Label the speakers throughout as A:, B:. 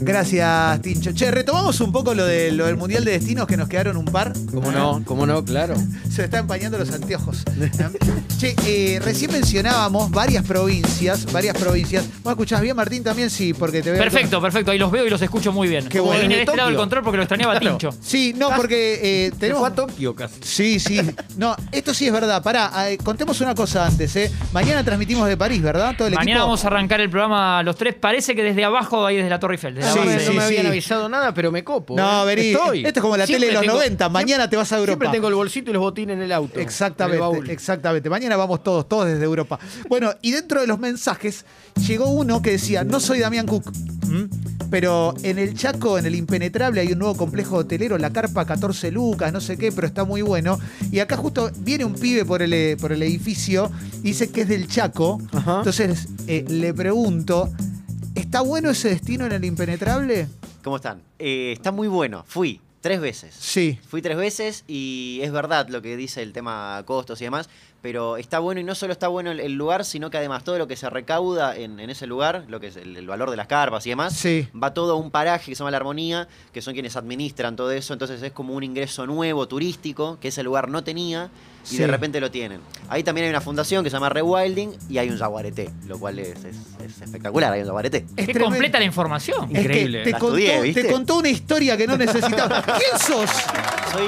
A: Gracias, Tincho. Che, retomamos un poco lo, de, lo del Mundial de Destinos que nos quedaron un par.
B: ¿Cómo no? ¿Cómo no? Claro.
A: Se está empañando los anteojos. che, eh, recién mencionábamos varias provincias, varias provincias. ¿Vos escuchás bien, Martín? También sí, porque te veo.
C: Perfecto, perfecto. Ahí los veo y los escucho muy bien.
A: Qué bueno.
C: Me vine de este
B: Tokio.
C: lado del control porque lo extrañaba
B: Claro.
C: Tincho.
A: Sí, no,
C: Ah.
A: porque eh,
B: Te fue
A: tenemos.
B: a Tokio casi.
A: Sí, sí. No, esto sí es verdad. Pará, eh, contemos una cosa antes, ¿eh? Mañana transmitimos de París, ¿verdad? Todo el
C: Mañana
A: equipo.
C: vamos a arrancar el programa los tres. Parece que desde abajo, ahí desde la Torre Eiffel. desde
A: Sí,
C: la
B: no me,
C: base.
B: no me
A: sí,
B: habían
A: sí.
B: avisado nada, pero me copo.
A: No,
B: ¿eh?
A: vení.
B: Estoy.
A: Esto es como la
B: Siempre
A: tele de los
B: tengo-
A: 90. Mañana te vas a Europa.
B: Siempre tengo el bolsito y los botines en el auto. en el baúl.
A: Exactamente, exactamente. Mañana vamos todos, todos desde Europa. Bueno, y dentro de los mensajes llegó uno que decía, no soy Damián Cook, ¿m? pero en el Chaco, en el Impenetrable, hay un nuevo complejo hotelero, La Carpa 14 Lucas, no sé qué, pero está muy bueno. Y acá justo viene un pibe por el, eh, por el edificio, y dice que es del Chaco.
B: Ajá.
A: Entonces eh, le pregunto, ¿está bueno ese destino en el Impenetrable?
D: ¿Cómo están? Eh, está muy bueno. Fui tres veces.
A: Sí.
D: Fui tres veces y es verdad lo que dice el tema costos y demás, pero está bueno y no solo está bueno el, el lugar, sino que además todo lo que se recauda en, en ese lugar, lo que es el, el valor de las carpas y
B: Ah.
D: demás,
A: Sí.
D: va todo a un paraje que se llama La Armonía, que son quienes administran todo eso, entonces es como un ingreso nuevo turístico que ese lugar no tenía y
A: Sí.
D: de repente lo tienen. Ahí también hay una fundación que se llama Rewilding y hay un jaguarete, lo cual es, es- es espectacular, hay un jaguarete.
A: Es
C: Qué
A: tremendo.
C: completa la información.
A: Es que
B: Increíble.
A: te,
D: La
A: contó,
D: estudié,
A: te
D: ¿viste?
A: contó una historia que no necesitaba. ¿Quién sos?
D: Soy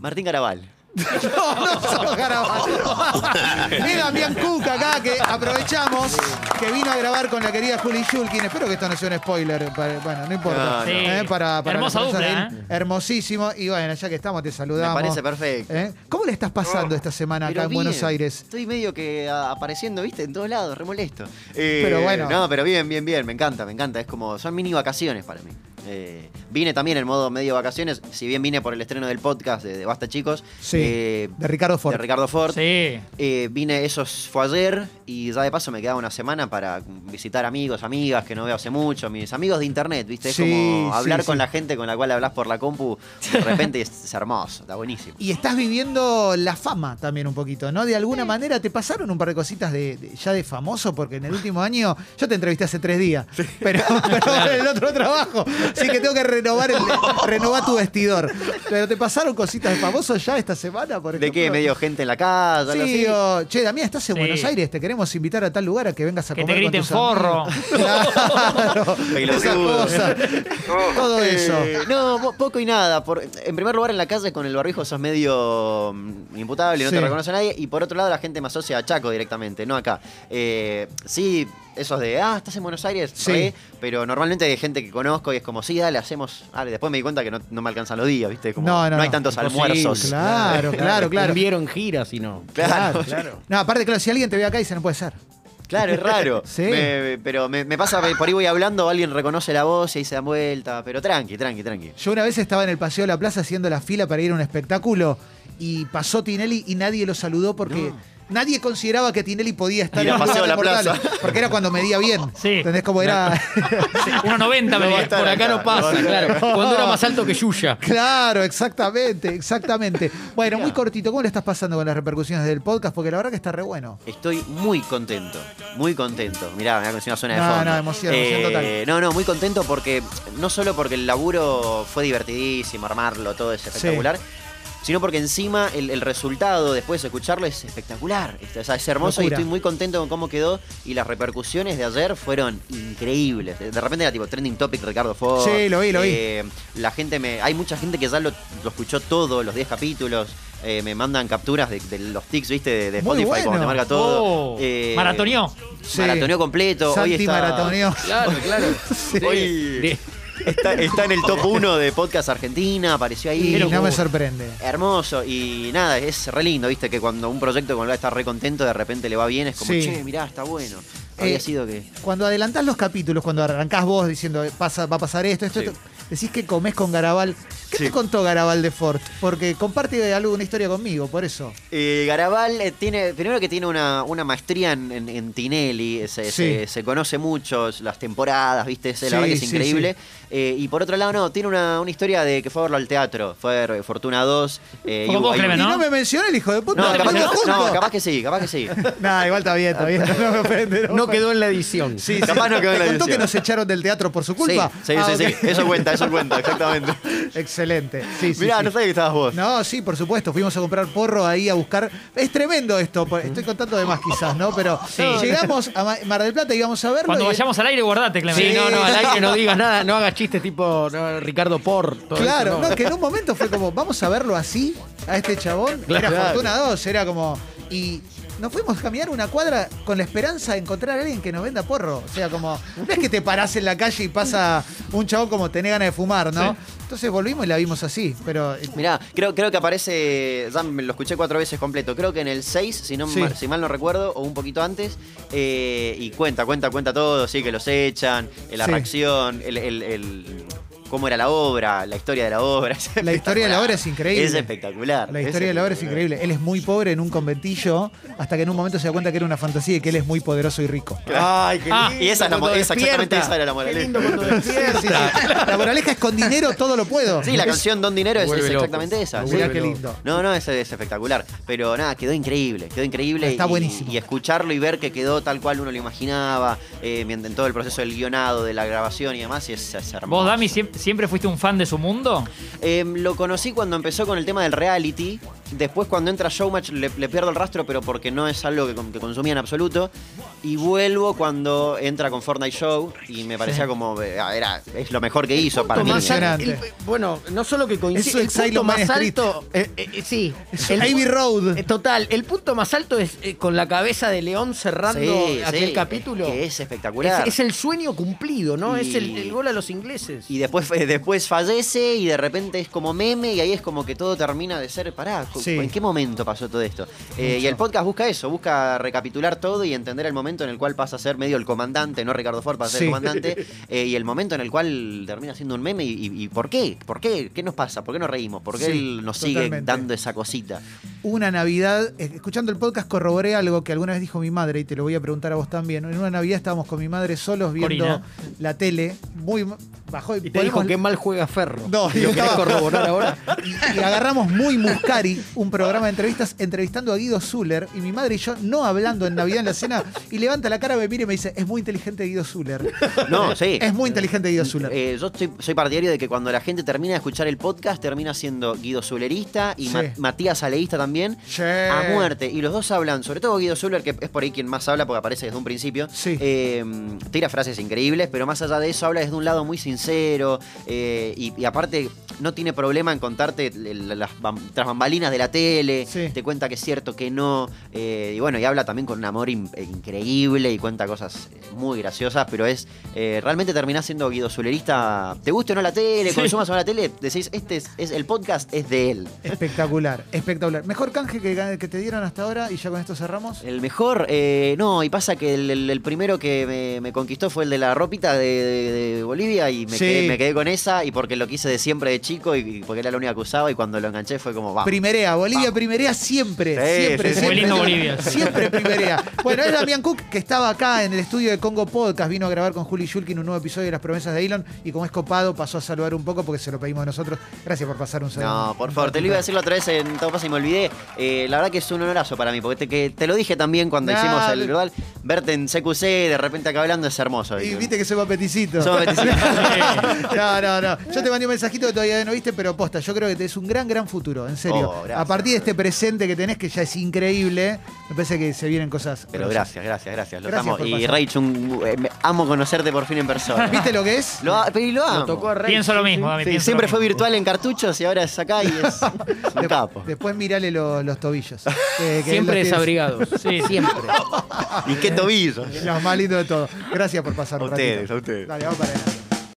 D: Martín Caraval.
A: No, no sos Garabato. Es Damián Cook acá que aprovechamos que vino a grabar con la querida Juli Shulkin. Espero que esto no sea un spoiler. para- bueno, no importa.
D: No, no.
A: Eh, para, para
C: Hermosa
A: la persona
C: dupla, ¿eh?
A: de él. Hermosísimo. Y bueno, ya que estamos, te saludamos.
D: Me parece perfecto. Oh,
A: ¿Eh? ¿Cómo le estás pasando esta semana acá
D: Pero
A: en
D: bien,
A: Buenos Aires?
D: Estoy medio que ah, apareciendo, viste, en todos lados, re molesto. Eh,
A: Pero bueno.
D: No, pero bien, bien, bien, me encanta, me encanta. Es como, son mini vacaciones para mí. Eh, vine también en modo medio vacaciones, si bien vine por el estreno del podcast de, de Basta Chicos.
A: Sí,
D: eh,
A: de Ricardo Ford.
D: De Ricardo Ford.
C: Sí.
D: Eh, vine, eso fue ayer, y ya de paso me quedaba una semana para visitar amigos, amigas que no veo hace mucho, mis amigos de internet, ¿viste? Es
A: Sí,
D: como
A: sí,
D: hablar con
A: sí.
D: la gente con la cual hablas por la compu, de repente es, es hermoso, está buenísimo.
A: Y estás viviendo la fama también un poquito, ¿no? De alguna manera te pasaron un par de cositas de, de- ya de famoso, porque en el último año yo te entrevisté hace tres días, pero, pero en el otro trabajo. Así que tengo que renovar, el, renovar tu vestidor. Pero te pasaron cositas de famoso ya esta semana, por
D: ¿De
A: ejemplo.
D: qué? ¿Medio gente en la casa? algo
A: Sí,
D: así?
A: o, che, Damián, estás en
C: Sí.
A: Buenos Aires, te queremos invitar a tal lugar a que vengas a
C: Que te
A: comer con
C: griten
A: tus
C: forro.
A: amigos. Claro, esas
D: Pelotudo.
A: cosas. Todo eso.
D: Eh, no, po- poco y nada. Por- en primer lugar, en la calle con el barbijo sos medio mm, imputable, no
A: Sí.
D: te reconoce nadie. Y por otro lado, la gente me asocia a Chaco directamente, no acá. Eh, sí, esos de, ah, estás en Buenos Aires,
A: Sí.
D: re, pero normalmente hay gente que conozco y es como, sí, dale, hacemos. Ah, y después me di cuenta que no, no me alcanzan los días, ¿viste? Como,
A: No,
D: no,
A: no,
D: hay
A: no.
D: tantos
B: Imposible.
D: almuerzos.
A: Claro, claro, claro.
B: Vieron giras si no.
A: Claro.
B: Claro.
A: No, aparte, claro, si alguien te ve acá dice, no puede ser.
D: Claro, es raro.
A: Sí.
D: Me- pero me, me pasa, por ahí voy hablando, alguien reconoce la voz y ahí se dan vuelta. Pero tranqui, tranqui, tranqui.
A: Yo una vez estaba en el Paseo de la Plaza haciendo la fila para ir a un espectáculo y pasó Tinelli y nadie lo saludó porque nadie consideraba que Tinelli podía estar
D: Ir
A: en
D: al
A: un
D: Paseo
A: lugar
D: de la
A: mortal,
D: Plaza.
A: Porque era cuando medía bien.
C: Sí.
A: ¿Entendés cómo era?
C: Sí, 1.90
D: No va a
C: me
D: estar
B: Por acá
D: acá,
B: no pasa,
D: no,
B: claro. Cuando era más alto que Yuya.
A: claro, exactamente, exactamente. Bueno, muy cortito, ¿cómo le estás pasando con las repercusiones del podcast? Porque la verdad que está re bueno.
D: Estoy muy contento, muy contento. Mirá, me ha una zona de
A: No,
D: fondo. Eh,
A: no, emoción, emoción total.
D: No, no, muy contento porque no solo porque el laburo fue divertidísimo, armarlo, todo es espectacular, sino porque encima el, el resultado después de escucharlo es espectacular. Es, o sea, es hermoso
A: Locura.
D: y estoy muy contento con cómo quedó y las repercusiones de ayer fueron increíbles. De, de repente era tipo trending topic Ricardo Ford.
A: Sí, lo vi, lo vi.
D: Eh, la gente me. Hay mucha gente que ya lo, lo escuchó todo, los 10 capítulos. Eh, me mandan capturas de, de los tics, ¿viste? De, de
A: Muy
D: Spotify, como
A: bueno.
D: te marca todo.
C: Oh,
D: Eh,
C: Maratoneó.
A: Sí.
D: Maratoneó completo. hoy
A: Santi
D: está,
A: maratoneó.
B: Claro, claro.
D: Hoy
B: De-
D: está, está en el top 1 de Podcast Argentina, apareció ahí.
A: Y
C: Pero-
A: no me sorprende.
D: Hermoso. Y nada, es re lindo, viste, que cuando un proyecto con el cual estás re contento, de repente le va bien, es como,
A: Sí.
D: che, mirá, está bueno. Había
A: Eh,
D: sido que.
A: Cuando adelantás los capítulos, cuando arrancás vos diciendo eh, pasa, va a pasar esto, esto,
D: Sí.
A: esto, decís que comés con Garabal, ¿Qué
D: Sí.
A: te contó Garabal de Fort? Porque comparte algo, una historia conmigo, por eso.
D: Eh, Garabal eh, tiene, primero que tiene una, una maestría en, en- en Tinelli, se,
A: Sí.
D: se- se conoce mucho, es- las temporadas, ¿viste? Es-
A: Sí,
D: la verdad que es
A: sí,
D: increíble. Eh, y por otro lado, no, tiene una, una historia de que fue a verlo al teatro, fue a ver eh, Fortuna 2. eh,
C: Como
D: y-
C: vos,
D: y-
A: Y
C: Clemen,
A: no,
C: ¿Ah, ¿no?
A: me mencionó el hijo de puta.
D: No,
C: ¿No te
D: capaz,
A: capaz
D: no,
A: lo
C: mencionó?
D: no,
A: junto.
D: capaz que sí, capaz que sí.
A: Nah, igual está bien, está bien. No me ofende.
B: No quedó en la edición.
A: Sí, sí.
D: Capaz no quedó en la
A: ¿Te contó
D: edición.
A: que nos echaron del teatro por su culpa?
D: Sí, sí,
A: Ah,
D: sí,
A: ok.
D: sí, eso cuenta, eso cuenta, exactamente.
A: Excelente. Sí, sí,
D: Mirá,
A: sí.
D: no sabía que estabas vos.
A: No, sí, por supuesto. Fuimos a comprar porro ahí a buscar. Es tremendo esto. por- Estoy contando de más quizás, ¿no? Pero llegamos a Ma- Mar del Plata y íbamos a verlo.
C: Cuando
A: y-
C: vayamos al aire, guardate, Clemente.
B: Sí, no, no, al aire no digas nada, no hagas chistes tipo no, Ricardo Por. todo
A: Claro,
B: eso,
A: no, que en un momento fue como, vamos a verlo así, a este chabón. Era
B: Claro.
A: Fortuna 2, era como. Y nos fuimos a caminar una cuadra con la esperanza de encontrar a alguien que nos venda porro. O sea, como, no es que te parás en la calle y pasa un chabón como tenés ganas de fumar, ¿no? Entonces volvimos y la vimos así, pero. eh,
D: Mirá, creo, creo que aparece, ya me lo escuché cuatro veces completo, creo que en el 6, si, no,
A: Sí.
D: ma- si mal no recuerdo, o un poquito antes, eh, y cuenta, cuenta, cuenta todo, sí, que los echan, eh, la
A: Sí.
D: reacción, el, el- el- cómo era la obra, la historia de la obra. es
A: La historia de la
D: espectacular.
A: obra es increíble.
D: Es espectacular.
A: La historia de la obra es increíble. Él es muy pobre en un conventillo, hasta que en un momento se da cuenta que era una fantasía y que él es muy poderoso y rico.
D: Ay, qué
C: Ah,
D: lindo. y esa es la mo-
B: cuando
D: esa, exactamente
B: despierta.
D: esa era la
B: Qué
D: moraleja.
B: lindo cuando
A: Sí, sí, sí. La moraleja es con dinero todo lo puedo.
D: Sí, la
A: Es-
D: canción Don Dinero es,
B: Vuelve
D: es
B: loco.
D: exactamente esa.
B: Lo
D: sí.
A: Mirá
B: vuelve
A: qué
B: loco.
A: lindo.
D: No, no, es, es espectacular. Pero nada, quedó increíble, quedó increíble.
A: Está
D: y,
A: buenísimo.
D: Y escucharlo y ver que quedó tal cual uno lo imaginaba, eh, mien- en todo el proceso del guionado, de la grabación y demás, y es, es hermoso.
C: ¿Vos, Dami, siem- siempre fuiste un fan de su mundo?
D: Eh, lo conocí cuando empezó con el tema del reality. Después, cuando entra Showmatch, le, le pierdo el rastro, pero porque no es algo que, con- que consumía en absoluto. Y vuelvo cuando entra con Fortnite Show y me parecía como. eh, ah, Era, es lo mejor que hizo para mí.
A: más
D: ¿eh?
A: alto.
B: el- bueno, no solo que
A: Eso
B: coincide,
A: es
B: el punto
A: Silent Man
B: más
A: Street.
B: alto, eh, eh, sí,
A: es
B: el
A: Abbey Road.
B: Eh, Total, el punto más alto es eh, con la cabeza de León cerrando
D: Sí,
B: aquel
D: sí,
B: capítulo.
D: Es, que es espectacular.
B: Es- es el sueño cumplido, ¿no? Es el,
D: Y-
B: el gol a los ingleses.
D: Y después, eh, después fallece y de repente es como meme y ahí es como que todo termina de ser, pará, cu-
A: Sí.
D: ¿en qué momento pasó todo esto? Eh, y el podcast busca eso, busca recapitular todo y entender el momento en el cual pasa a ser medio el comandante, no Ricardo Ford, pasa a ser
A: Sí.
D: el comandante, eh, y el momento en el cual termina siendo un meme y, y- y ¿por qué? ¿Por qué? ¿Qué nos pasa? ¿Por qué nos reímos? ¿Por qué
A: Sí,
D: él nos sigue
A: totalmente.
D: dando esa cosita?
A: una Navidad, eh, escuchando el podcast corroboré algo que alguna vez dijo mi madre y te lo voy a preguntar a vos también. En una Navidad estábamos con mi madre solos viendo
C: Corina.
A: la tele, muy ma- bajó
B: Y te dijo que
A: ponemos-
B: mal juega Ferro.
A: No,
B: ¿Y ¿Lo
A: yo
B: querés
A: estaba-
B: corroborar ahora?
A: y, y agarramos muy Muscari, un programa de entrevistas, entrevistando a Guido Zuller, y mi madre y yo no hablando en Navidad en la cena, y levanta la cara, me mira y me dice, es muy inteligente Guido Zuller.
D: No, sí.
A: Es muy inteligente Guido Zuller.
D: Eh, yo estoy- soy partidario de que cuando la gente termina de escuchar el podcast, termina siendo Guido Zulerista y
A: Sí.
D: Ma- Matías Aleísta también.
A: Sí.
D: A muerte. Y los dos hablan, sobre todo Guido Zuller, que es por ahí quien más habla porque aparece desde un principio.
A: Sí.
D: Eh, tira frases increíbles, pero más allá de eso habla desde un lado muy sincero. eh, y, y aparte, no tiene problema en contarte el- las bam- tras bambalinas de la tele.
A: Sí.
D: Te cuenta que es cierto, que no. eh, y bueno, y habla también con un amor in- eh, increíble y cuenta cosas eh, muy graciosas, pero es. eh, realmente terminás siendo Guido Zulerista. Te guste o no la tele,
C: Sí.
D: consumas o no la tele, decís, este es, es- el podcast es de él.
A: Espectacular, espectacular. Mejor canje que, que te dieron hasta ahora, y ya con esto cerramos.
D: El mejor, eh, no, y pasa que el, el- el primero que me, me conquistó fue el de la ropita de, de- de Bolivia y me,
A: Sí.
D: quedé, me quedé con esa y porque lo quise de siempre de chico y, y porque era la única que usaba y cuando lo enganché fue como, vamos.
A: Primerea, Bolivia primerea siempre.
D: Sí,
A: siempre,
D: sí,
A: siempre.
D: sí.
C: Muy lindo
A: siempre.
C: Bolivia.
A: Siempre primerea. Bueno, es Damián Cook que estaba acá en el estudio de Congo Podcast. Vino a grabar con Juli Shulkin un nuevo episodio de Las Promesas de Elon. Y como es copado, pasó a saludar un poco porque se lo pedimos nosotros. Gracias por pasar un saludo.
D: No, por favor, te lo iba a decir la otra vez en todo caso y me olvidé. Eh, la verdad que es un honorazo para mí, porque te, que- te lo dije también cuando
A: Nah,
D: hicimos el
A: de-
D: global. Verte en CQC de repente acá hablando es hermoso.
A: Y
D: ¿viste?
A: viste que soy apeticito.
D: Somos apetecidos.
A: No, no, no. Yo te mandé un mensajito que todavía no viste, pero posta, yo creo que tenés un gran, gran futuro, en serio.
D: Oh, gracias.
A: a partir de este presente que tenés, que ya es increíble, me parece que se vienen cosas.
D: Pero gracias, gracias, gracias. Los
A: Gracias
D: amo.
A: por
D: Y
A: pasar.
D: Rach, un- eh, me- amo conocerte por fin en persona.
A: ¿Viste lo que es?
D: Lo, a- pero y lo amo.
B: Lo tocó a Rey.
C: Pienso lo
B: Sí,
C: mismo,
B: sí.
C: Dami.
D: Sí,
C: pienso
D: siempre
C: lo
D: fue
C: mismo.
D: virtual en cartuchos y ahora es acá y es, es un
A: De-
D: capo.
A: Después mirale lo- los tobillos. que- que
B: Siempre
A: él los tiene-
B: desabrigados.
C: Sí.
B: siempre.
D: Y qué tobillo.
A: Los más lindos de todo. Gracias por pasar
D: A
A: un
D: ustedes,
A: ratito.
D: a ustedes.
A: Dale, vamos para adelante.